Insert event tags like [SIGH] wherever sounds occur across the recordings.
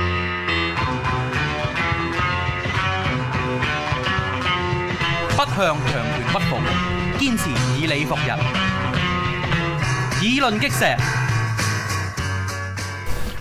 [LAUGHS] 向強權屈服，堅持以理服人，以論擊石。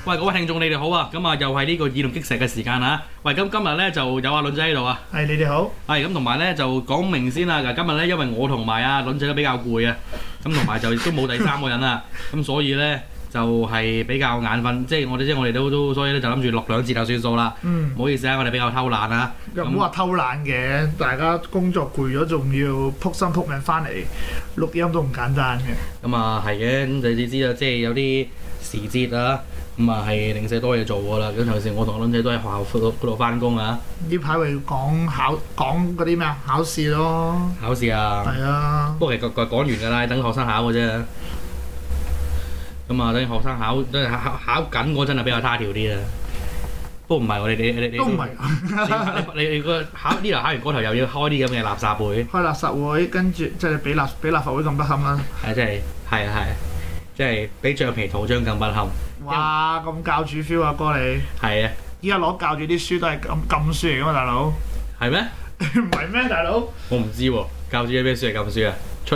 喂，各位聽眾，你哋好啊！咁啊，又係呢個議論擊石嘅時間啊！喂，咁今日咧就有阿倫仔喺度啊！係你哋好，係咁，同埋咧就講明先啦。嗱，今日咧因為我同埋阿倫仔都比較攰啊，咁同埋就亦都冇第三個人啦，咁所以咧就係、比較眼瞓，即係我哋即係我哋都都，所以咧就諗住落兩節就算數啦。嗯，唔好意思啊，我哋比較偷懶啊。又唔好話偷懶嘅，大家工作攰咗，仲要撲心撲命翻嚟錄音都唔簡單嘅。咁啊係嘅，咁你知啦，即係有啲時節啊，咁啊係零舍多嘢做噶啦。咁頭先我同阿倫仔都喺學校嗰度嗰度翻工啊，呢排咪講考講嗰啲咩啊考試咯，考試啊。係啊，不過其實講完㗎啦，等學生考嘅啫。咁啊，等學生考，等考考緊嗰陣就比較他條啲啦。不過唔係我哋你你你都唔係 [LAUGHS] 你你你個考呢頭考完嗰頭又要開啲咁嘅垃圾會，開垃圾會，跟住即係比立比立法會咁不堪啦。係真係係啊係啊，即係比橡皮圖章更不堪。哇，咁教主 feel 啊哥你，係啊，依家攞教主啲書都係咁禁書嚟噶嘛，大佬， [LAUGHS] 唔係咩？係咩大佬？我唔知喎、教主有咩書係禁書啊？出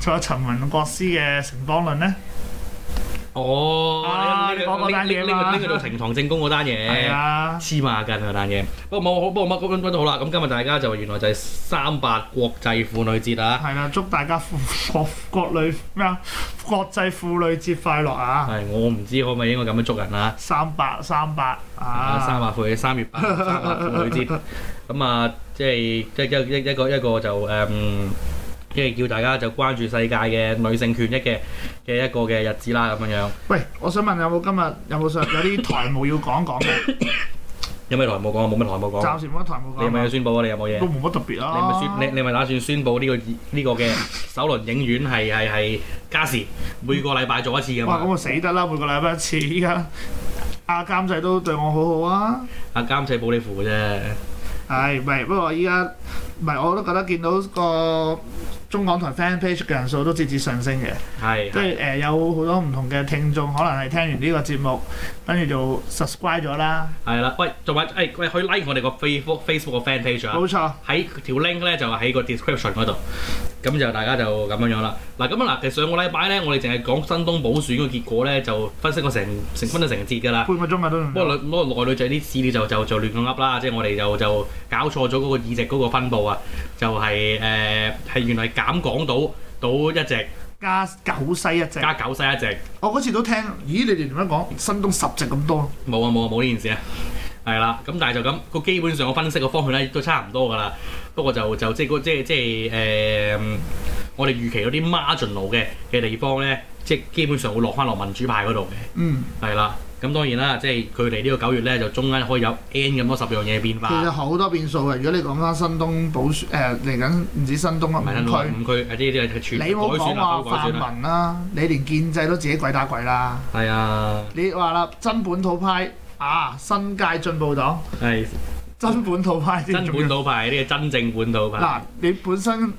仲有陳雲國師嘅《城邦論》咧，哦啊，呢你講嗰單嘢呢個嘛呢個做呈堂證供嗰單嘢。係啊，黐孖筋啊單嘢。不過冇好，不過乜咁都好啦。咁今日大家就原來就係三八國際婦女節啊。係啦，祝大家婦國國女咩啊，國際婦女節快樂啊！係我唔知可唔可以應該咁樣捉人啦。三百三百啊，三啊，八婦女三月八三八婦女 [LAUGHS] 節。咁啊，即係一一一一個一個就誒。嗯即係叫大家就關注世界嘅女性權益嘅嘅一個嘅日子啦，咁樣樣喂，我想問有冇今日有冇上有啲台務要講講嘅？有咩台冇講？冇咩台冇講暫。時冇乜台務你有講咪要啊，宣佈啊？你有冇嘢？都冇乜特別你咪宣啦。你你咪打算宣佈呢、個呢、個嘅首輪影院係係係加時，每個禮拜做一次㗎嘛哇，。咁我死得啦！每個禮拜一次，依家阿監仔都對我好好啊。阿監製保你符嘅啫，唉，唔係，不過依家唔係，我都覺得見到個中港台 fan page 嘅人數都節節上升嘅。係即係係誒、呃有好多唔同嘅聽眾，可能係聽完呢個節目，跟住就 subscribe 咗啦。係啦。喂，仲埋誒喂，去 like 我哋個 Facebook Facebook 個 fan page 啊冇，錯，喺條 link 咧就喺個 description 嗰度。咁就大家就咁樣樣啦。嗱咁啊嗱，其實上個禮拜咧，我哋淨係講新東補選個結果咧，就分析過成成分咗成節㗎啦。半個鐘啊都唔不過內不過內裏仔啲資料就就就亂咁噏啦，即係我哋就就搞錯咗嗰個議席嗰個分佈啊，就係誒呃係原來減港島島一隻加九西一隻。加九西一隻。我嗰次都聽，咦？你哋點樣講？新東十隻咁多，冇啊冇啊冇呢件事啊，係啦，咁但係就咁個基本上個分析個方向咧都差唔多㗎啦，不過就就即係嗰即係即係誒、呃我哋預期嗰啲 marginal 嘅嘅地方咧，即係基本上會落翻落民主派嗰度嘅，嗯，係啦，咁當然啦，即係佢哋呢個九月咧就中間可以有 N 咁多十樣嘢變其化，實唔好多變數嘅。如果你講翻新東補選，誒嚟緊唔止新東係啊，五區，五區誒啲啲係全你改冇選講啦，話都改泛選啊啦，民啦，你連建制都自己鬼打鬼啦。係啊，你話啦，真本土派啊，新界進步黨，係真本土派先真重本要土派呢個真正本土派，嗱，你本身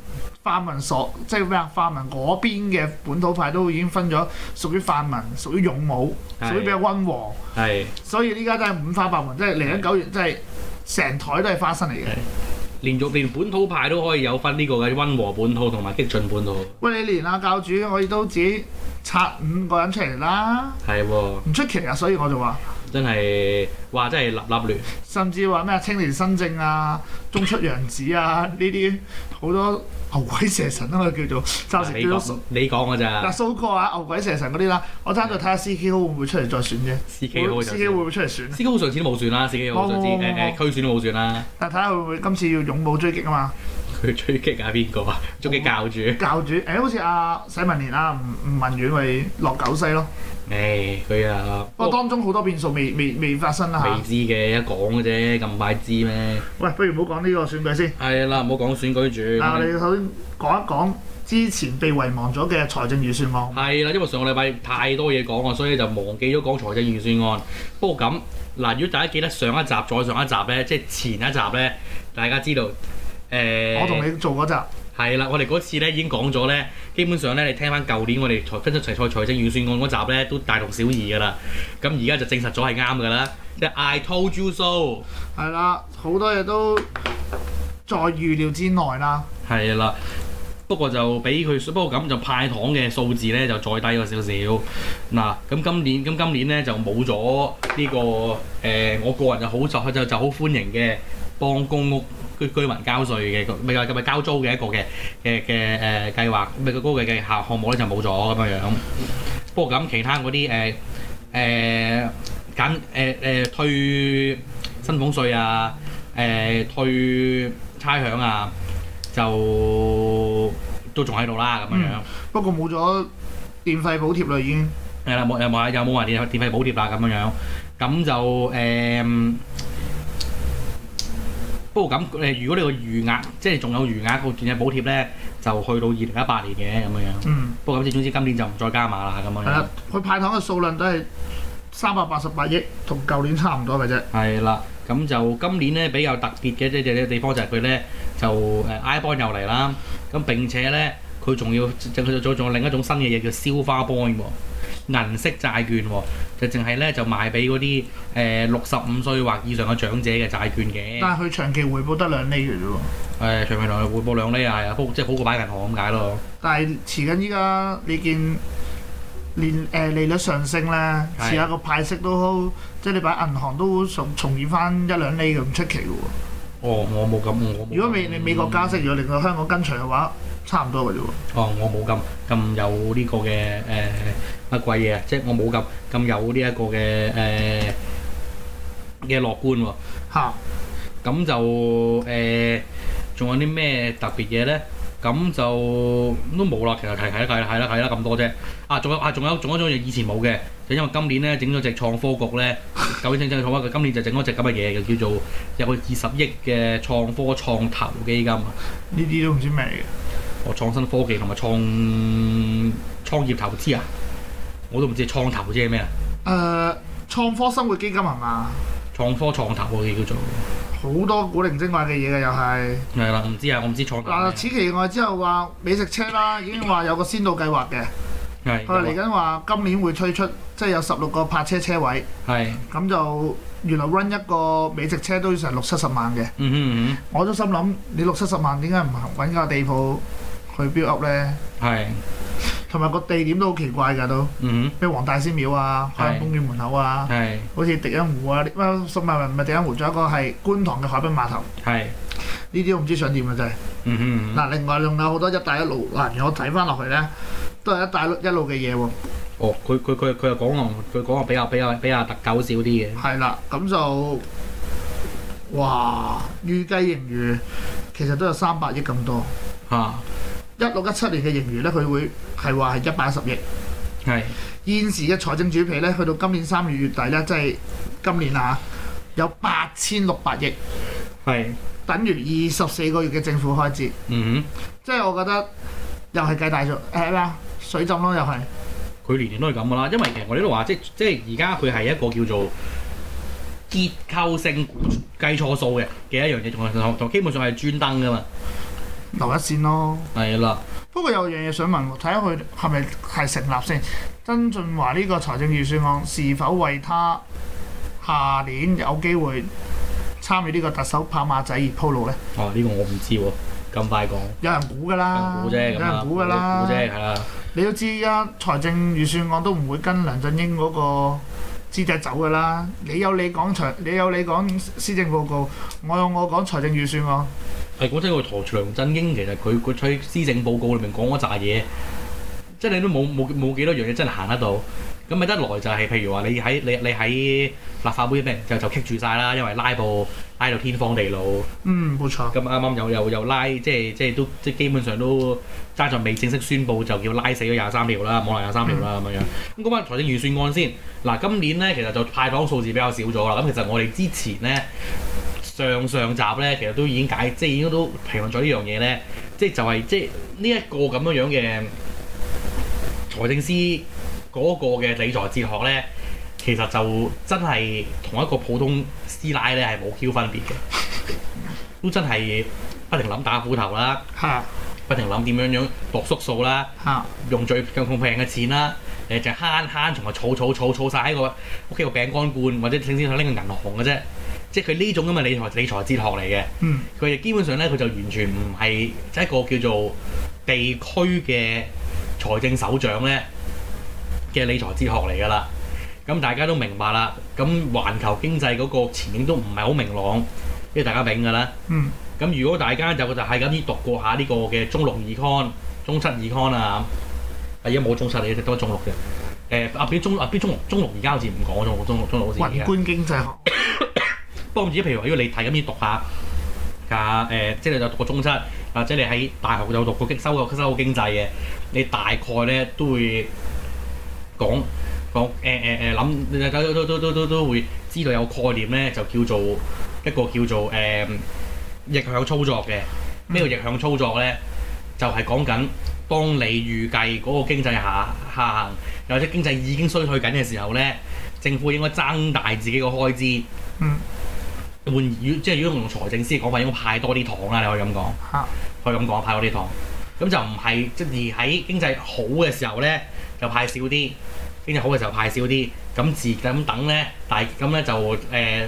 泛民所即係咩啊？泛民嗰邊嘅本土派都已經分咗，屬於泛民，屬於勇武，係屬於比較温和。係。所以呢家真係五花八門，即係嚟緊九月，真係成台都係花生嚟嘅係。連續連本土派都可以有分呢個嘅温和本土同埋激進本土，喂，你連阿教主我亦都自己拆五個人出嚟啦，係喎，唔出奇啊！所以我就話，真係哇，真係立立亂，甚至話咩青年新政啊、中出洋子啊呢啲好多牛鬼蛇神啊，叫做暫你時叫做講你講㗎嗱咋蘇哥啊、牛鬼蛇神嗰啲啦，我爭在睇下 CK 會唔會出嚟再選啫。 ？C K 好 CK 會唔會出嚟選 [LAUGHS] 啊？ C K 好上次都冇算啦，C K 好上次冇冇冇誒誒區選都冇算啦，但睇下會唔會今次要勇武追擊啊嘛？佢追擊啊邊個啊？ [LAUGHS] 追擊教主，教主誒、好似阿洗文連啊、吳吳文遠咪落九西哦咯。誒佢啊，不過當中好多變數未未未發生啦啊未嚇。知嘅，一講嘅啫，咁快知咩？喂，不如唔好講呢個選舉先。係啦，唔好講選舉嗱，我住。哋首先講一講之前被遺忘咗嘅財政預算案。係啦，因為上個禮拜太多嘢講啊，所以就忘記咗講財政預算案。不過咁嗱，如果大家記得上一集、再上一集咧，即係前一集咧，大家知道誒，我同你做嗰集，係啦，我哋嗰次咧已經講咗咧，基本上咧你聽翻舊年我哋財分析財財財政預算案嗰集咧，都大同小異噶啦。咁而家就證實咗係啱噶啦，即係 I told you so。係啦，好多嘢都在預料之內啦。係啦。不過就俾佢，不過咁就派糖嘅數字咧就再低咗少少。嗱，咁今年咁今年咧就冇咗呢個誒、呃我個人就好就就就好歡迎嘅幫公屋居居民交稅嘅，咪咪咪交租嘅一個嘅嘅嘅誒計劃，咪個高嘅嘅項項目咧就冇咗咁樣樣。不過咁其他嗰啲誒誒減誒誒退薪俸稅啊，誒、退差餉啊，就都仲喺度啦咁樣樣。不過冇咗電費補貼啦，已經係啦，冇又冇又冇話電電費補貼啦咁樣樣，咁就誒、嗯不過咁誒，如果你個餘額即係仲有餘額個電費補貼咧，就去到二零一八年嘅咁樣樣。嗯不過咁即係總之今年就唔再加碼啦咁樣係啦樣。，佢派糖嘅數量都係三百八十八億，同舊年差唔多嘅啫。係啦，咁就今年咧比較特別嘅一隻地方就係佢咧就誒 I bond 又嚟啦，咁並且咧佢仲要佢仲仲有另一種新嘅嘢叫燒花 bond 喎，銀色債券喎，就淨係咧就賣俾嗰啲誒六十五歲或以上嘅長者嘅債券嘅，誒、但係佢長期回報得兩厘嘅啫喎。長期來回報兩厘啊，係啊，不即係好過擺銀行咁解咯，但係遲緊依家你見連誒、呃利率上升咧，係遲下個派息都好，即係你擺銀行都重重現翻一兩厘咁唔出奇嘅喎。哦，我冇咁，我冇咁如果美你美國加息，如果令到香港跟隨嘅話，差唔多嘅啫喎。哦，我冇咁咁有呢個嘅誒乜鬼嘢啊！即係我冇咁咁有呢一個嘅誒嘅樂觀喎。嚇，咁就誒仲、有啲咩特別嘢咧？咁就都冇啦，其實係係啦係啦係啦係啦咁多啫。啊，仲有啊，仲有仲有一種嘢以前冇嘅，就因為今年咧整咗隻創科局咧，舊年整咗隻創科局，今年就整咗隻咁嘅嘢嘅，叫做有個二十億嘅創科創投基金啊。呢啲都唔知咩嚟嘅。我創新科技同埋創創業投資啊，我都唔知創投即係咩啊，誒、呃創科生活基金係嘛？創科創投我哋叫做好多古靈精怪嘅嘢嘅又係。係啦，唔知啊，我唔知創投嗱，係此其外之後話美食車啦，已經話有個先導計劃嘅，佢嚟係緊話今年會推出，即係有十六個泊車車位，係咁就原來 run 一個美食車都要成六七十萬嘅，嗯哼嗯我都心諗你六七十萬點解唔行揾架地鋪去 build up 呢？哼係同埋個地點都好奇怪㗎都，嗯咩黃大仙廟啊、海係洋公園門口啊哼，係好似迪欣湖啊，呢啊唔係唔係迪欣湖，仲有一個係觀塘嘅海濱碼頭，係呢啲我唔知想點嘅真係。嗯哼嗯哼嗱，另外仲有好多一帶一路嗱，如果我睇翻落去咧，都係一帶一路嘅嘢喎。哦，佢佢佢佢又講我佢講我比較比較比較特狗少啲嘅，係啦，咁就哇，預計盈餘其實都有三百億咁多。嚇一六一七年嘅盈餘咧，佢會係話係一百一十億。係現時嘅財政主皮咧，去到今年三月月底咧，即係今年啊，有八千六百億，係等於二十四個月嘅政府開支。嗯即係我覺得又係計大咗，係咩啊？水浸咯，又係。哼，佢年年都係咁噶啦，因為其實我呢度話即即係而家佢係一個叫做。結構性估計錯數嘅嘅一樣嘢，仲係同基本上係專登噶嘛。留一線咯。係啦，不過有樣嘢想問喎，睇下佢係咪係成立先。曾俊華呢個財政預算案是否為他下年有機會參與呢個特首拍馬仔而鋪路呢？哦呢、個我唔知喎，咁快講，有人估㗎啦，估有啫咁啦，人啊估㗎啦估。啫係啦，你都知啊，財政預算案都唔會跟梁振英嗰個支笛走㗎啦。你有你講財，你有你講施政報告，我有我講財政預算案。係講真，佢陀梁振英其實佢佢喺施政報告裏面講嗰扎嘢，即係你都冇冇冇幾多樣嘢真係行得到。咁咪得來就係、譬如話你喺你你喺立法會咩就就棘住晒啦，因為拉布拉到天荒地老，咁嗯，冇錯。啱啱又又又拉，即係即係都即係基本上都揸在未正式宣佈就叫拉死咗廿三條啦，網絡廿三條啦咁樣樣。咁講翻財政預算案先，嗱今年咧其實就派糖數字比較少咗啦。咁其實我哋之前咧上上集咧，其實都已經解，即係已經都評論咗呢樣嘢咧，即係就係、即係呢一個咁樣樣嘅財政司嗰個嘅理財哲學咧，其實就真係同一個普通師奶咧係冇 Q 分別嘅，都真係不停諗打斧頭啦，嚇不停諗點樣樣度縮數啦。嚇用最咁平嘅錢啦，誒就慳慳，同埋儲儲儲儲晒喺個屋企個餅乾罐，或者整先去拎去銀行嘅啫。即係佢呢種咁嘅理財理財哲學嚟嘅。嗯佢哋基本上咧，佢就完全唔係即係一個叫做地區嘅財政首長咧嘅理財哲學嚟㗎啦。咁大家都明白啦。咁環球經濟嗰個前景都唔係好明朗，因為大家明㗎啦。嗯咁如果大家就就係咁依讀過下呢個嘅中六 econ、中七 econ 啊，啊而家冇中七，你得中六嘅。誒啊邊中啊邊中六中六而家好似唔講中六中六中六好似宏而家觀經濟學，不過唔知，譬如話，如果你睇咁，要讀下㗎誒、即係你就讀過中七，或者你喺大學有讀過經修過修過經濟嘅，你大概咧都會講講誒誒誒諗，都都都都都都會知道有概念咧，就叫做一個叫做誒、嗯逆向操作嘅。咩叫逆向操作咧？就係講緊當你預計嗰個經濟下下行，又或者經濟已經衰退緊嘅時候咧，政府應該增大自己個開支。嗯換語即係如果用財政司嘅講法，應該派多啲糖啦，你可以咁講，嚇，可以咁講，派多啲糖。咁就唔係即而喺經濟好嘅時候咧，就派少啲；經濟好嘅時候派少啲。咁自咁等咧，但係咁咧就誒、呃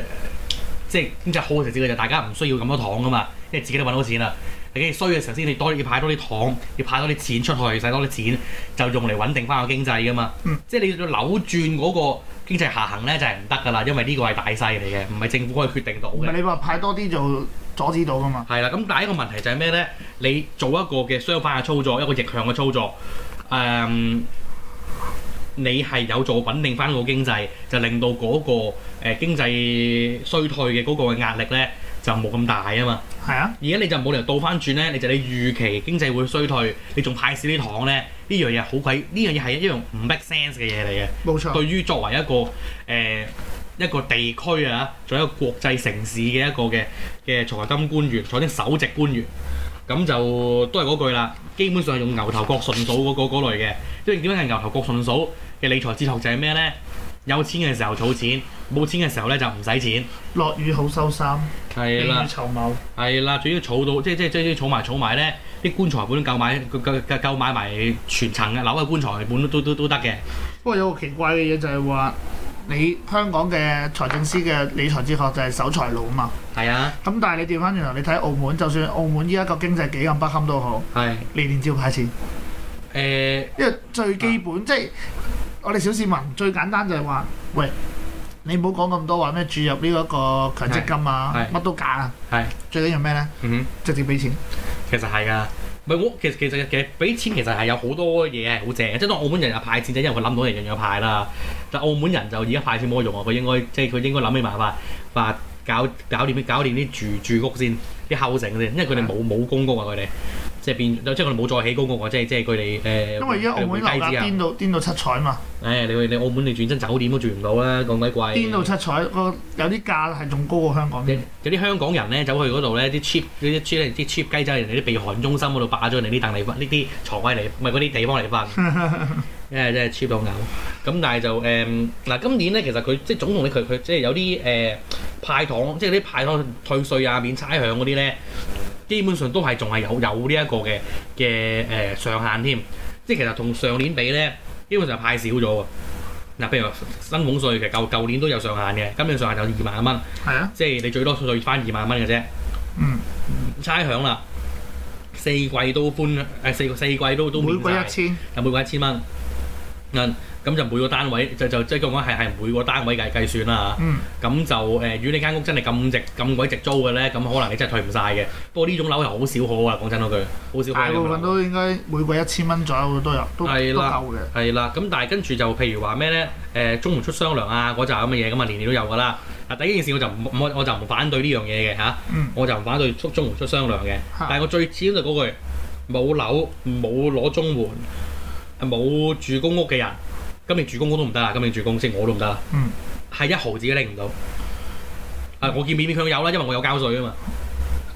即係經濟好嘅時候就大家唔需要咁多糖噶嘛，因為自己都揾到錢啦。你經濟衰嘅時候先，你多要派多啲糖，要派多啲錢出去，使多啲錢，就用嚟穩定翻個經濟噶嘛。嗯即係你要扭轉嗰個經濟下行咧，就係唔得噶啦，因為呢個係大勢嚟嘅，唔係政府可以決定到唔嘅係。你話派多啲就阻止到噶嘛？係啦，咁但係一個問題就係咩咧？你做一個嘅相反嘅操作，一個逆向嘅操作，誒、嗯你係有做穩定翻個經濟，就令到嗰、個誒、經濟衰退嘅嗰個嘅壓力咧就冇咁大啊嘛。係啊，而家你就冇理由倒翻轉咧，你就你預期經濟會衰退，你仲派少啲糖咧，呢樣嘢好鬼，呢樣嘢係一樣唔 make sense 嘅嘢嚟嘅。冇錯，對於作為一個誒、呃一個地區啊，仲有一個國際城市嘅一個嘅嘅財金官員，財經首席官員，咁就都係嗰句啦。基本上係用牛頭角順嫂嗰、個嗰類嘅，因為點解係牛頭角順嫂嘅理財哲學就係咩呢？有錢嘅時候儲錢，冇錢嘅時候咧就唔使錢。嗯落雨好收衫，未係雨綢繆，係啦，主要儲到即係即係即係儲埋儲埋咧，啲棺材本夠買夠夠夠夠買埋全層嘅樓嘅棺材本都都都都得嘅。不過有個奇怪嘅嘢就係話，你香港嘅財政司嘅理財哲學就係守財佬嘛。係啊，咁但係你調翻轉頭，你睇澳門，就算澳門依家個經濟幾咁不堪都好，係你連照派錢，誒。因為最基本、即係我哋小市民最簡單就係話，喂，你唔好講咁多話咩注入呢一個強積金啊係，係乜都假啊，係最緊要咩咧？嗯哼直接俾錢，其實係㗎，唔係我其實其實其實俾錢其實係有好多嘢係好正嘅，即係當澳門人又派錢就因為佢諗到人樣樣派啦。但澳門人就而家派錢冇用啊，佢應該即係佢應該諗起辦法，話搞搞掂啲搞掂啲住住屋先，啲後城先，因為佢哋冇冇公屋啊，佢哋即係變即係佢哋冇再起公屋啊，即係即係佢哋誒。因為而家澳門樓會價低啲啊癲到癲到七彩嘛，誒，你去你澳門你轉真酒店都住唔到啦，咁鬼貴。癲到七彩，個有啲價係仲高過香港有嘅，有啲香港人咧走去嗰度咧，啲 cheap 啲 cheap 啲 cheap 雞仔人哋啲避寒中心嗰度霸咗人哋啲凳嚟瞓，呢啲床位嚟，唔係嗰啲地方嚟瞓，因為真係 cheap 到嘔。咁但係就誒嗱、今年咧其實佢即係總共咧佢佢即係有啲誒、派糖，即係啲派糖退稅啊、免差餉嗰啲咧，基本上都係仲係有有呢一個嘅嘅誒上限添。即係其實同上年比咧，基本上係派少咗喎。嗱，譬如話薪俸稅其實舊舊年都有上限嘅，今年上限有二萬蚊。係啊，即係你最多稅翻二萬蚊嘅啫，嗯，差響啦，四季都寬誒、四個四季都都每免個一曬，千，就每個一千蚊。嗯咁就每個單位就就即係講係係每個單位計計算啦嗯，嚇咁就誒、如果你間屋真係咁值咁鬼值租嘅咧，咁可能你真係退唔晒嘅。不過呢種樓又好少可啊，講真嗰句，好少可大有咁部嘅分樓都應該每個一千蚊左右都有，都都係啦夠嘅，係啦，咁但係跟住就譬如話咩咧？誒、呃中唔出雙糧啊，嗰扎咁嘅嘢咁啊，年年都有㗎啦。嗱，第一件事我就唔我我就唔反對呢樣嘢嘅嚇，嗯我就唔反對出中援出雙糧嘅嚇。但係我最始終就嗰句冇樓冇攞中援，冇住公屋嘅人，今年住公屋都唔得啦，啊今年住公司我都唔得啦，啊嗯，係一毫子都拎唔到。啊，我見勉勉強有啦，因為我有交稅啊嘛，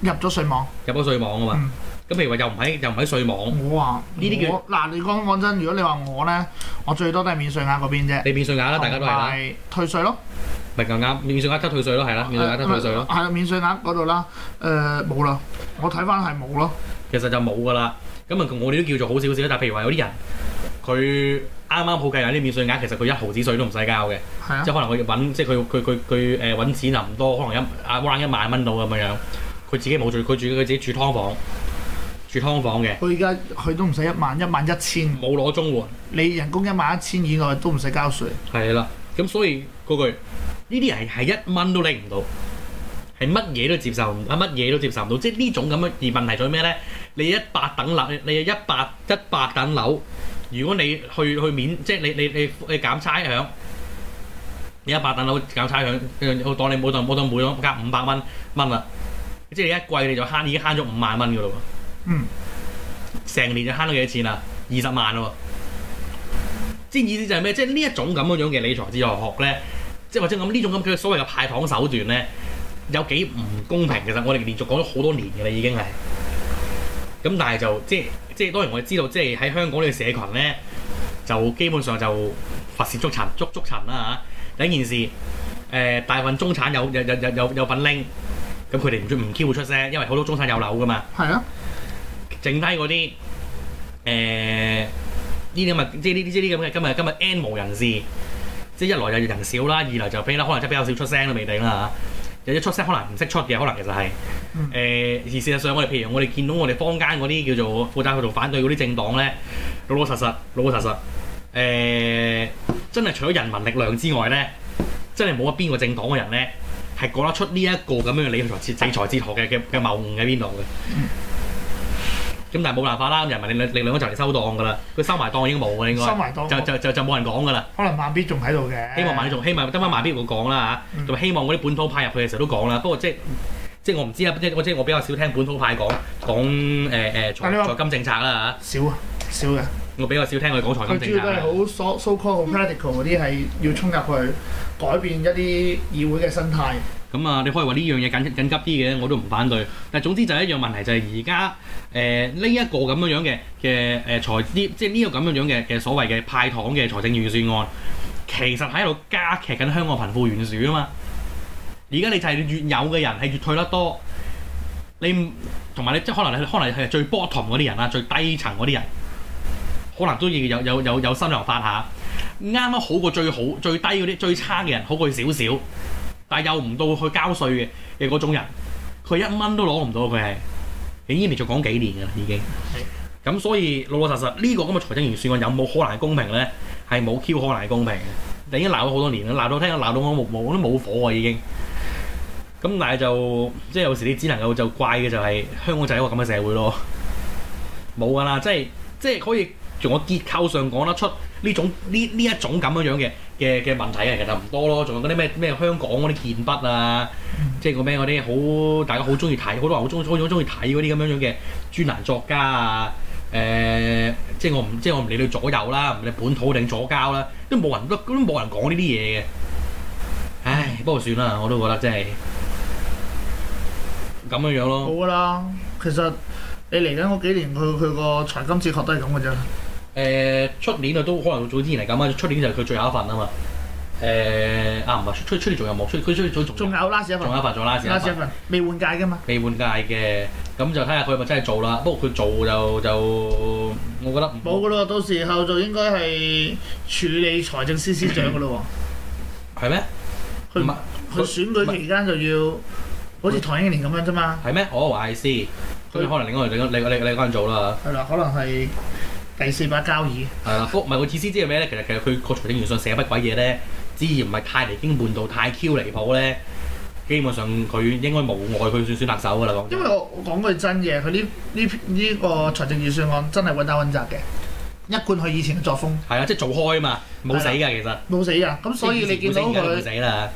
入咗稅網。入咗稅網啊嘛嗯。咁譬如話又唔喺又唔喺稅網，我話啊呢啲叫我嗱，你講講真，如果你話我咧，我最多都係免稅額嗰邊啫，你免稅額啦，啊大家都係同啦，埋退稅咯，呃咪咁啱，免稅額得退稅咯，啊係啦，免稅額得退稅咯。係啦，啊免稅額嗰度啦，誒冇啦，我睇翻係冇咯，其實就冇噶啦。咁啊，我哋都叫做好少少，但係譬如話有啲人佢啱啱好計埋啲免稅額，其實佢一毫子稅都唔使交嘅，係啊即係可能佢揾即係佢佢佢佢誒揾錢啊唔多，可能一啊 round 一萬蚊到咁樣樣，佢自己冇住，佢住佢自己住劏房，住劏房嘅，佢而家佢都唔使一萬一萬一千，冇攞綜援，你人工一萬一千以內都唔使交税。係啦，咁所以嗰句呢啲人係一蚊都拎唔到，係乜嘢都接受唔啊乜嘢都接受唔到，即係呢種咁樣而問題在咩咧？你一百等樓，你一百一百等樓，如果你去去免，即係你你你你減差餉，你一百等樓減差餉，我當你每當每當每當加五百蚊蚊啦，即係你一季你就慳已經慳咗五萬蚊噶咯喎。嗯。成年就慳咗幾多錢啊？二十萬咯喎！即係意思就係咩？即係呢一種咁樣樣嘅理財哲學咧，即係或者咁呢種咁嘅所謂嘅派糖手段咧，有幾唔公平？其實我哋連續講咗好多年嘅啦，已經係。咁但係就即係即係當然我哋知道，即係喺香港呢個社群咧，就基本上就佛舌捉塵捉捉塵啦啊嚇。第一件事，誒、大份中產有有有有有有份拎，咁佢哋唔出唔 Q 會出聲，因為好多中產有樓噶嘛。係啊，剩低嗰啲誒呢啲咁嘅，即係呢啲即係呢啲咁嘅今日今日 N 無人士，即係一來就人少啦，二來就比啦，可能真係比較少出聲都未定啦嚇。有啲出聲可能唔識出嘅，可能其實係誒、嗯而事實上我哋譬如我哋見到我哋坊間嗰啲叫做負責去做反對嗰啲政黨咧，老老實實，老老實實誒、真係除咗人民力量之外咧，真係冇乜邊個政黨嘅人咧係講得出呢一個咁樣嘅理財哲理財哲學嘅嗯嘅嘅謬誤喺邊度嘅。咁但係冇辦法啦，人民力量力量都就嚟收檔㗎啦，佢收埋檔已經冇㗎啦，應該收埋檔就就就就冇人講㗎啦。可能萬必仲喺度嘅。希望萬仲希望得翻萬必會講啦嚇，嗯同埋希望嗰啲本土派入去嘅時候都講啦。不過即係即係我唔知啊，即係我即係我比較少聽本土派講講誒誒但你財話財金政策啦少啊，少嘅。嚇，我比較少聽佢講財佢金政主要策都係啦。好 so so call 好 practical 嗰啲係要衝入去改變一啲議會嘅生態。咁啊，你可以話呢樣嘢緊緊急啲嘅，我都唔反對。但係總之就係一樣問題，就係而家誒呢一個咁樣樣嘅嘅誒呃財呢，即係呢個咁樣樣嘅嘅所謂嘅派糖嘅財政預算案，其實喺度加劇緊香港貧富懸殊啊嘛。而家你就係越有嘅人係越退得多，你唔同埋你即係可能你可能係最 bottom 嗰啲人啊，最低層嗰啲人，可能都要有有有有新娘發下，啱啱好過最好最低嗰啲最差嘅人好過佢少少。但又唔到去交税嘅嘅嗰種人，佢一蚊都攞唔到，佢係已經連續講幾年㗎啦，已經。咁所以老老實實呢、個咁嘅財政預算案有冇可能係公平咧？係冇 Q 可能係公平嘅，已經鬧咗好多年啦，鬧到聽講鬧到我冇冇都冇火啊已經。咁但係就即係有時你只能夠就怪嘅就係、香港就係一個咁嘅社會咯，冇㗎啦，即係即係可以從個結構上講得出呢種呢呢一種咁樣樣嘅嘅嘅問題啊，其實唔多咯，仲有嗰啲咩咩香港嗰啲健筆啊，即係個咩嗰啲好大家好中意睇，好多人好中好中意睇嗰啲咁樣樣嘅專欄作家啊，誒、即係我唔即係我唔理你左右啦，唔理本土定左交啦，都冇人都都冇人講呢啲嘢嘅。唉，不過算啦，我都覺得真係咁樣樣好咯。㗎啦，其實你嚟緊嗰幾年，佢佢個財金哲學都係咁嘅啫。誒、出年啊都可能早之前嚟咁啊，出年就係佢最後一份啊嘛。誒、啊唔係出出出年仲有冇？出出出出仲有 last 一份仲有一份，仲有拉 a ，last 一份未換屆㗎嘛。未換屆嘅，咁就睇下佢係咪真係做啦。不過佢做就就，我覺得唔冇噶咯，到時候就應該係處理財政司司長噶咯係咩？喎。唔佢係佢選舉期間就要好似唐英年咁樣啫嘛，係咩？我話 I C，咁可能另外另外另外另外一個人做啦。係啦，可能係第四把交椅。係啦，不過唔係我意思即係咩咧？其實其實佢個財政預算寫乜鬼嘢咧，只要唔係太離經叛道、太 Q 離譜咧，基本上佢應該無礙佢選選特首㗎啦。講因真為我我講句真嘢，佢呢呢呢個財政預算案真係穩打穩扎嘅，一貫佢以前嘅作風，係啊，即係做開啊嘛，冇死㗎其實。冇死㗎。咁所以你見到即係以前股市而家都冇佢，死啦，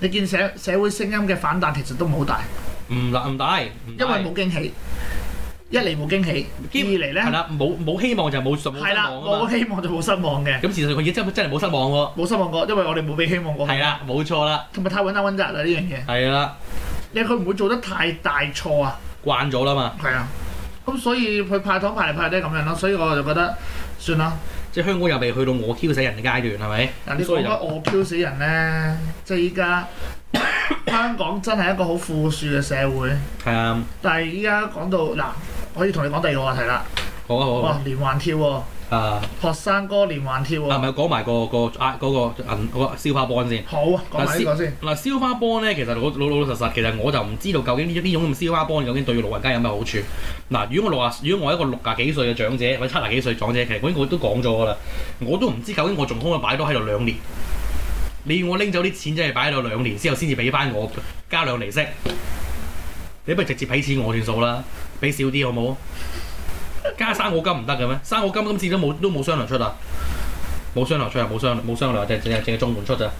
你見社社會聲音嘅反彈其實都唔好大，唔大唔大，因因為冇驚喜。一嚟冇驚喜，二嚟係咧啦，冇冇希望就冇冇失係啦，望啊冇嘛。希望就冇失望嘅，咁事實上佢亦真係真係冇失望喎。冇失望過，因為我哋冇俾希望過。係啦，冇錯啦，同埋太穩打穩扎啦呢樣嘢，係啦，你佢唔會做得太大錯啊，慣咗啦嘛。係啊，咁所以佢派糖派嚟派去都係咁樣咯，所以我就覺得算啦。即係香港又未去到我 Q 死人嘅階段，係咪？嗱，你所講以就開我 Q 死人咧，即係依 [COUGHS] 家香港真係一個好富庶嘅社會，係啊，但係依家講到嗱，可以同你講第二個話題啦，好啊好啊好哇啊，連環跳喎、啊，學生哥連環跳啊，喎，咪講埋個個啊嗰個銀嗰個燒花 bond 先。好啊，講埋呢個先。嗱，燒花幫咧，其實老老老實實，其實我就唔知道究竟呢呢種咁燒花幫究竟對老人家有咩好處。嗱，如果我六啊，如果我一個六啊幾歲嘅長者或者七啊幾歲長者，其實我應該都講咗噶啦，我都唔知究竟我仲可唔可以擺到喺度兩年。你要我拎走啲錢，真係擺喺度兩年之後先至俾翻我加兩厘息，你不如直接俾錢我算數啦，俾少啲好冇？加生果金唔得嘅咩？生果金今次都冇都冇商量出啊，冇商量出啊，冇商冇商量，淨係淨係淨係中門出咋。啊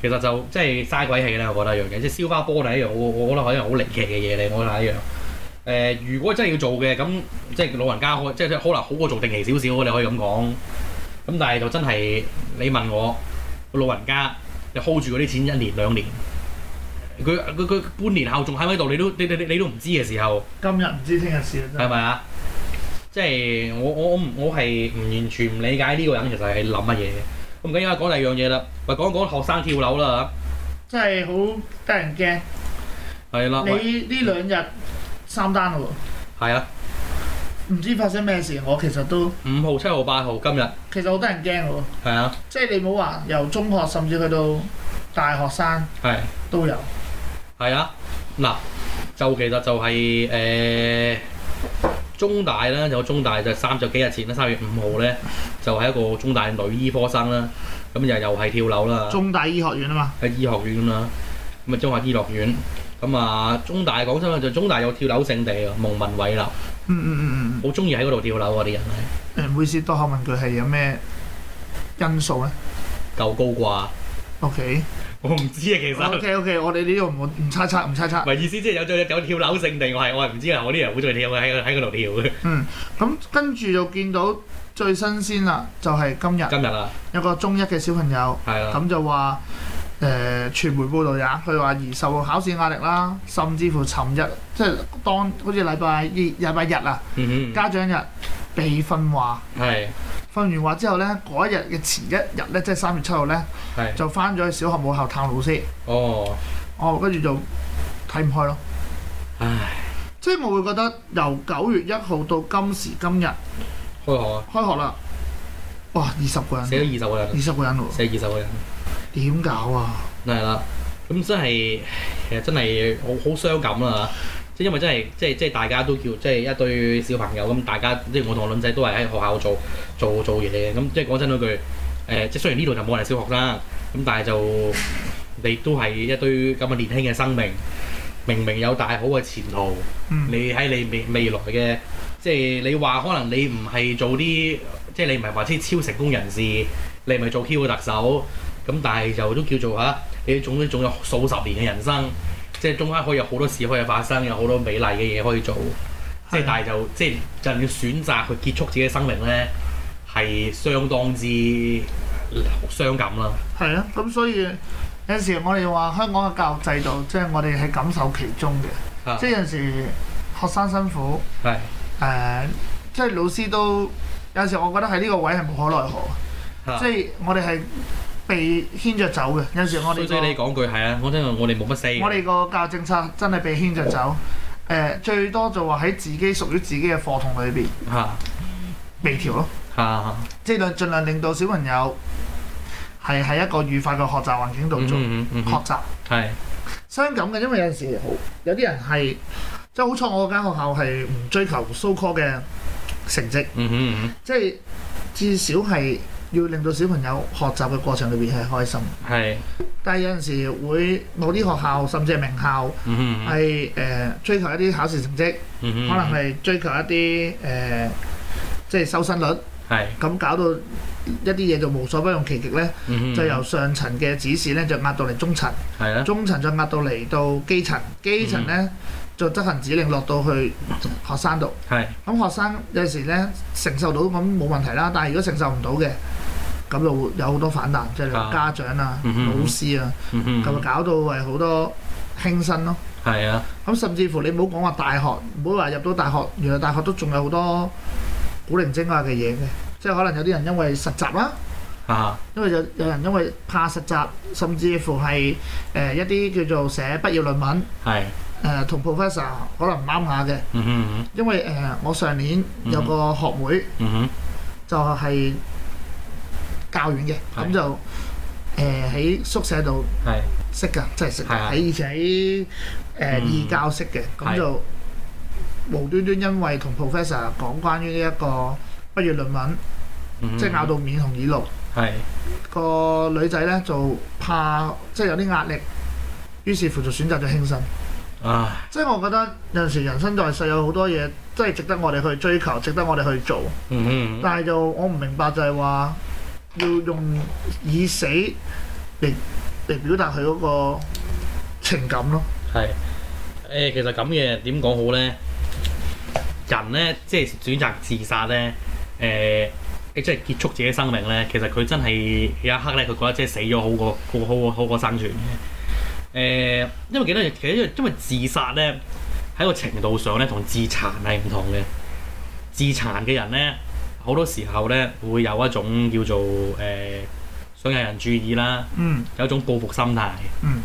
其實就即係嘥鬼氣啦，我覺得一樣嘢，即係燒花玻璃一樣，我我覺得係一樣好離奇嘅嘢嚟，我覺得係一樣。誒、如果真係要做嘅，咁即係老人家可即係可能好過做定期少少，你可以咁講。咁但係就真係你問我，老人家你 hold 住嗰啲錢一年兩年，佢佢佢半年後仲喺唔喺度，你都你你你你都唔知嘅時候，今日唔知聽日事啦，真係係。咪啊？即係我我我唔我係唔完全唔理解呢個人其實係諗乜嘢嘅。咁唔緊要啦，啊講第二樣嘢啦，喂，講講學生跳樓啦真係好得人驚。嚇，係啦，喂你呢兩日三單嘞喎，係啊。唔知發生咩事，我其實都五號、七號、八號今日其實好得人驚嘞喎。係啊，即係你冇話由中學甚至去到大學生係都有。係啊，嗱就其實就係、呃中大啦，有中大就三十幾日前啦，三月五號咧就係、一個中大女醫科生啦，咁又又係跳樓啦，中大醫學院啊嘛，喺醫學院啦，咁啊中華醫樂院，咁啊中大講真啦，就中大有跳樓聖地啊，蒙民偉樓，嗯嗯嗯好中意喺嗰度跳樓嗰啊啲人係嗯，誒唔好意思，多口問句係有咩因素咧夠高啩， ？OK 我唔知啊其實。 OK OK，我哋呢度唔唔猜測唔猜測唔。係意思，即係有有有跳樓聖地，我係我係唔知啊！我啲人好中意跳嘅，喺喺嗰度跳嘅。嗯，咁跟住就見到最新鮮啦，就係、今日今日啊，有個中一嘅小朋友，係啦。咁就話誒、呃、傳媒報導呀，佢話而受到考試壓力啦，甚至乎尋日即係當好似禮拜二、禮拜日啊，嗯家長日被訓話，哼，係訓完話之後呢，嗰一日嘅前一日呢，即係三月七號呢，係就翻咗去小學母校探老師，哦，哦，跟住就睇唔開咯。唉，即係我會覺得由九月一號到今時今日開學啊，開學啦，哇，二十個人死咗，二十個人二，十個人喎，死咗二十個人，點搞啊？係啦。咁真係其實真係好好傷感啦啊即係因為真係即係即係大家都叫即係一堆小朋友咁，大家即係我同我女仔都係喺學校做做做嘢嘅。咁即係講真嗰句，誒、即係雖然呢度就冇人係小學生，咁但係就你都係一堆咁嘅年輕嘅生命，明明有大好嘅前途。嗯，你喺你未未來嘅，即係你話可能你唔係做啲，即係你唔係話啲超成功人士，你唔係做 Q 嘅特首，咁但係就都叫做嚇、你總之仲有數十年嘅人生，即係中間可以有好多事可以發生，有好多美麗嘅嘢可以做，即係係但係就即係就要選擇去結束自己嘅生命咧，係相當之傷感啦。係啊，咁所以有陣時我哋話香港嘅教育制度，即係我哋係感受其中嘅，啊即係有陣時學生辛苦，係誒、即係老師都有陣時，我覺得喺呢個位係無可奈何，啊即係我哋係被牽着走嘅。有陣時我衰哋衰你個講句係啊，我真係我哋冇乜 say 嘅。我哋個教育政策真係被牽着走，誒、最多就話喺自己屬於自己嘅課堂裏邊嚇微調咯。嚇即係盡量令到小朋友係喺一個愉快嘅學習環境度嗯做嗯嗯學嗯，習，係傷感嘅，因為有陣時好有啲人係即係好彩我間學校係唔追求 so call 嘅呃成績，嗯嗯嗯。即係至少係要令到小朋友學習嘅過程裏邊係開心。係，但係有陣時會某啲學校甚至係名校嗯哼係誒、呃追求一啲考試成績，嗯哼可能係追求一啲誒、呃即係收生率，係，咁搞到一啲嘢就無所不用其極呢。嗯哼就由上層嘅指示咧，就壓到嚟中層，係啊啦，中層再壓到嚟到基層，基層咧就執行指令落到去學生度。係咁學生有時咧承受到咁冇問題啦，但係如果承受唔到嘅，咁就會有好多反彈，即係啊家長啊、嗯哼老師啊，嗯哼咁就搞到係好多輕生咯。係啊，咁甚至乎你唔好講話大學，唔好話入到大學，原來大學都仲有好多古靈精怪嘅嘢嘅，即係可能有啲人因為實習啦。啊，因為有有人因為怕實習，甚至乎係誒、呃一啲叫做寫畢業論文係，誒呃同、professor 可能唔啱下嘅，嗯哼嗯因為誒、呃我上年有個學妹，嗯哼，嗯就係教院嘅，係咁就誒喺、宿舍度係識㗎，真係識㗎係啊喺以前喺誒嗯義教識嘅，咁係就無端端因為同 professor 講關於呢一個畢業論文，即係拗到面紅耳綠。嗯係個女仔咧就怕即係有啲壓力，於是乎就選擇咗輕生。啊即係我覺得有陣時人生在世有好多嘢，即係值得我哋去追求，值得我哋去做。嗯哼但係就我唔明白就係話要用以死嚟嚟表達佢嗰個情感咯。係誒，其實咁嘅點講好咧？人咧即係選擇自殺咧誒。即係結束自己生命咧，其實佢真係有一刻咧，佢覺得即係死咗好過好好過好過生存嘅。誒、因為幾多嘢，其實因為因為自殺咧喺個程度上咧同自殘係唔同嘅。自殘嘅人咧，好多時候咧會有一種叫做誒、想有人注意啦，嗯有一種報復心態。嗯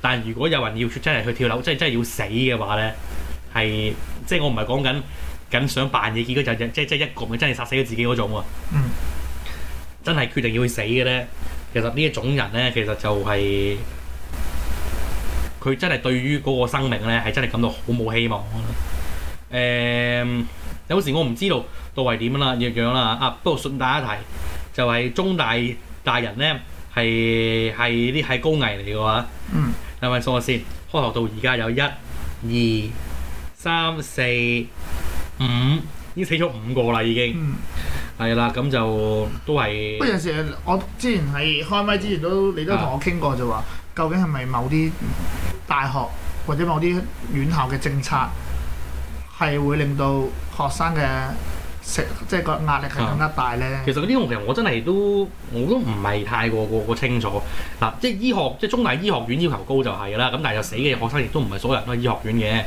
但係如果有人要真係去跳樓，真係真係要死嘅話咧，係即係我唔係講緊緊想扮嘢，結果就就即係即係一個咪真係殺死咗自己嗰種喎。嗯，真係決定要去死嘅咧，其實呢一種人咧，其實就係、佢真係對於嗰個生命咧，係真係感到好冇希望咯。誒、有時我唔知道到係點啦，樣樣啦啊！不過順帶一提，就係、中大大人咧，係係啲係高危嚟嘅話。嗯等位數我先，開學到而家有一、二、三、四、五，已經死咗五個啦，已經嗯。係啦，咁就都不過有係陣時我之前係開麥之前都你都同我傾過就話，究竟係咪某啲大學或者某啲院校嘅政策係會令到學生嘅食即係個壓力係更加大咧？其實呢個其實我真係都我都唔係太過過過清楚嗱，即係醫學即係中大醫學院要求高就係啦，咁但係就死嘅學生亦都唔係所有人都係醫學院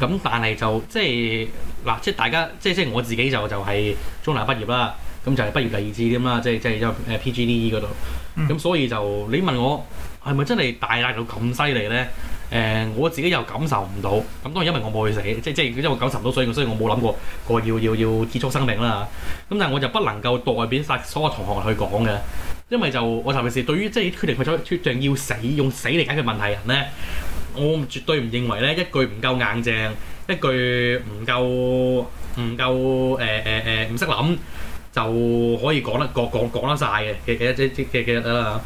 嘅，咁但係就即係嗱，即係大家即係即係我自己就就係中大畢業啦，咁就係畢業第二次添啦，即係即係誒 PGDE E 嗰度。咁、嗯所以就你問我係咪真係大壓到咁犀利咧？誒、我自己又感受唔到。咁當然因為我冇去死，即即係因為我感受唔到，所以所以我冇諗過過要要要結束生命啦。咁但係我就不能夠代表晒所有同學去講嘅，因為就我尤其是對於即係決定佢決定要死用死嚟解決問題嘅人咧，我絕對唔認為咧一句唔夠硬正，一句唔夠唔夠誒誒誒唔識諗。就可以講得講講講得晒嘅嘅嘅嘅嘅嘅嘅啦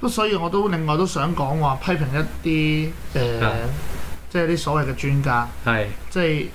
咁所以我都另外都想講話批評一啲誒、啊即係啲所謂嘅專家，嚇，係即係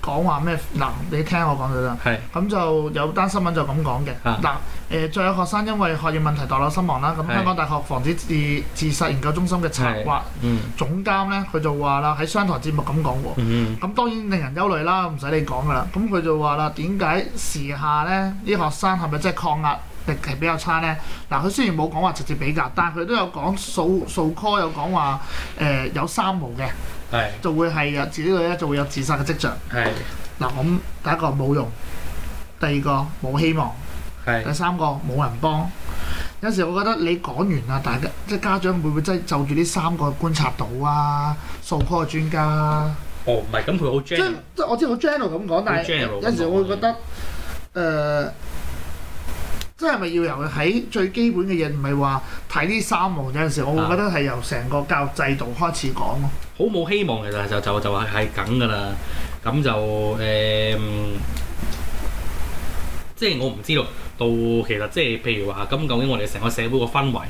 講話咩嗱，你聽我講就得。係咁就有單新聞就咁講嘅。啊嗱，誒，再有學生因為學業問題墮樓身亡啦。咁係香港大學防止自自殺研究中心嘅策劃嗯總監咧，佢就話啦，喺商台節目咁講喎。嗯咁當然令人憂慮啦，唔使你講噶啦。咁佢就話啦，點解時下咧啲學生係咪真係抗壓力係比較差咧？嗱，佢雖然冇講話直接比較，但係佢都有講數數科有講話誒有三無嘅，係就會係有自己咧就會有自殺嘅跡象。係嗱，咁第一個冇用，第二個冇希望，第係三個冇人幫。有時我覺得你講完啦，大家即係家長會唔會真係就住呢三個觀察到啊？數科嘅專家啊，哦唔係咁佢好即係 gen 即係我知好 general 咁講，但係 general 咁講有時我會覺得誒、呃即係咪要由喺最基本嘅嘢，唔係話睇呢三模？有陣時我會覺得係由成個教育制度開始講咯。好冇希望其實就就就係係咁噶啦，咁就誒、嗯即係我唔知道到其實即係譬如話咁究竟我哋成個社會個氛圍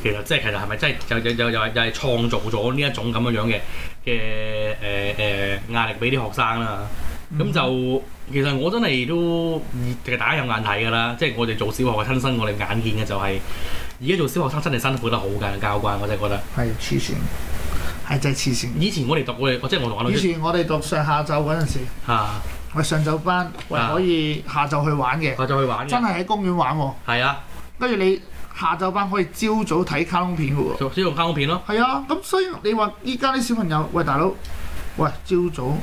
其實即係其實係咪真係又又又又係又係創造咗呢一種咁樣樣嘅嘅誒誒壓力俾啲學生啦、咁嗯就其實我真係都其實大家有眼睇㗎啦，即係我哋做小學嘅親身，我哋眼見嘅就係而家做小學生真係辛苦得好緊，教慣我真係覺得。係黐線，係真係黐線。以前我哋讀我哋，即係我同阿女以前我哋讀上下晝嗰陣時，嚇，我哋上晝班，喂啊可以下晝去玩嘅，我就去玩真嘅，係喺公園玩喎。係啊，跟住你下晝班可以朝早睇卡通片嘅喎。就先用卡通片咯，係啊，咁所以你話依家啲小朋友，喂大佬，喂朝早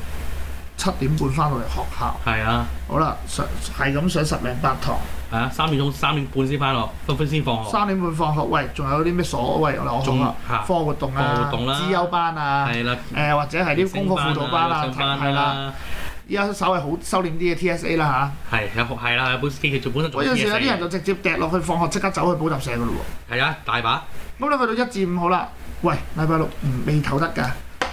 七點半翻到嚟學校，係啊，好啦，上係咁上十零八堂，係啊，三點鐘三點半先翻學，分分先放學，三點半放學，喂仲有啲咩所謂嗱我哦仲講啦，嚇課外活動課外啊活動啦、資優班啊，係啦，誒或者係啲功課輔導班啊，上班係啦。依家稍微好收斂啲嘅 TSA 啦係有係啦，本其實本身嚇。做嗰陣時有啲人嘢就直接掟落去放學即刻走去補習社噶咯喎。係啊，大把咁你去到一至五好啦，喂，禮拜六唔未唞得㗎，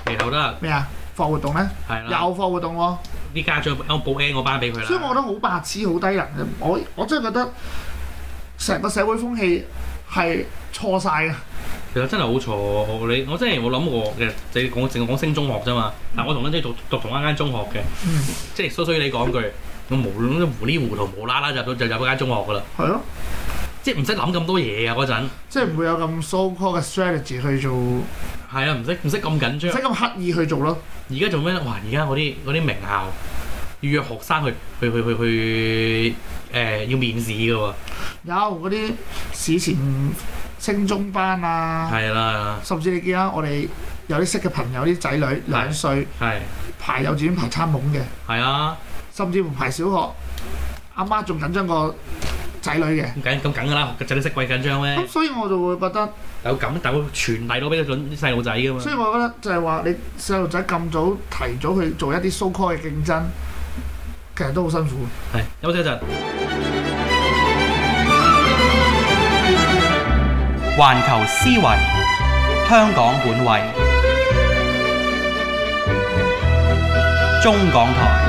未頭得咩啊？課活動咧，係有啦，課活動喎。啲家長我報 N 個班俾佢啦，所以我覺得好白痴、好低能嘅。我我真係覺得成個社會風氣係錯晒嘅。其實真係好錯，我你我真係冇諗過嘅，你講淨係講升中學啫嘛。但我同欣姐讀讀同一間中學嘅，嗯即係衰衰你講句，我無論糊里糊塗無啦啦入到就入嗰間中學㗎啦，係咯，即係唔識諗咁多嘢啊嗰陣，即係唔會有咁 so called 嘅 strategy 去做，唔係啊，唔識唔識咁緊張使。咁刻意去做咯。而家做咩咧？哇！而家嗰啲嗰啲名校要約學生去去去去去誒、呃要面試㗎喎，有嗰啲史前升中班啊，係啦，甚至你見啦，我哋有啲識嘅朋友啲仔女兩歲係排幼稚園排餐懵嘅，係啊，甚至乎排小學，阿媽仲緊張過仔女嘅。咁緊咁梗㗎啦，學嘅仔都識鬼緊張咩咁？所以我就會覺得。有咁但會傳遞到俾啲細路仔㗎嘛所。以我覺得就係話你細路仔咁早提早去做一啲 so call 嘅競爭，其實都好辛苦。係，休息一陣。環球思維，香港本位，中港台。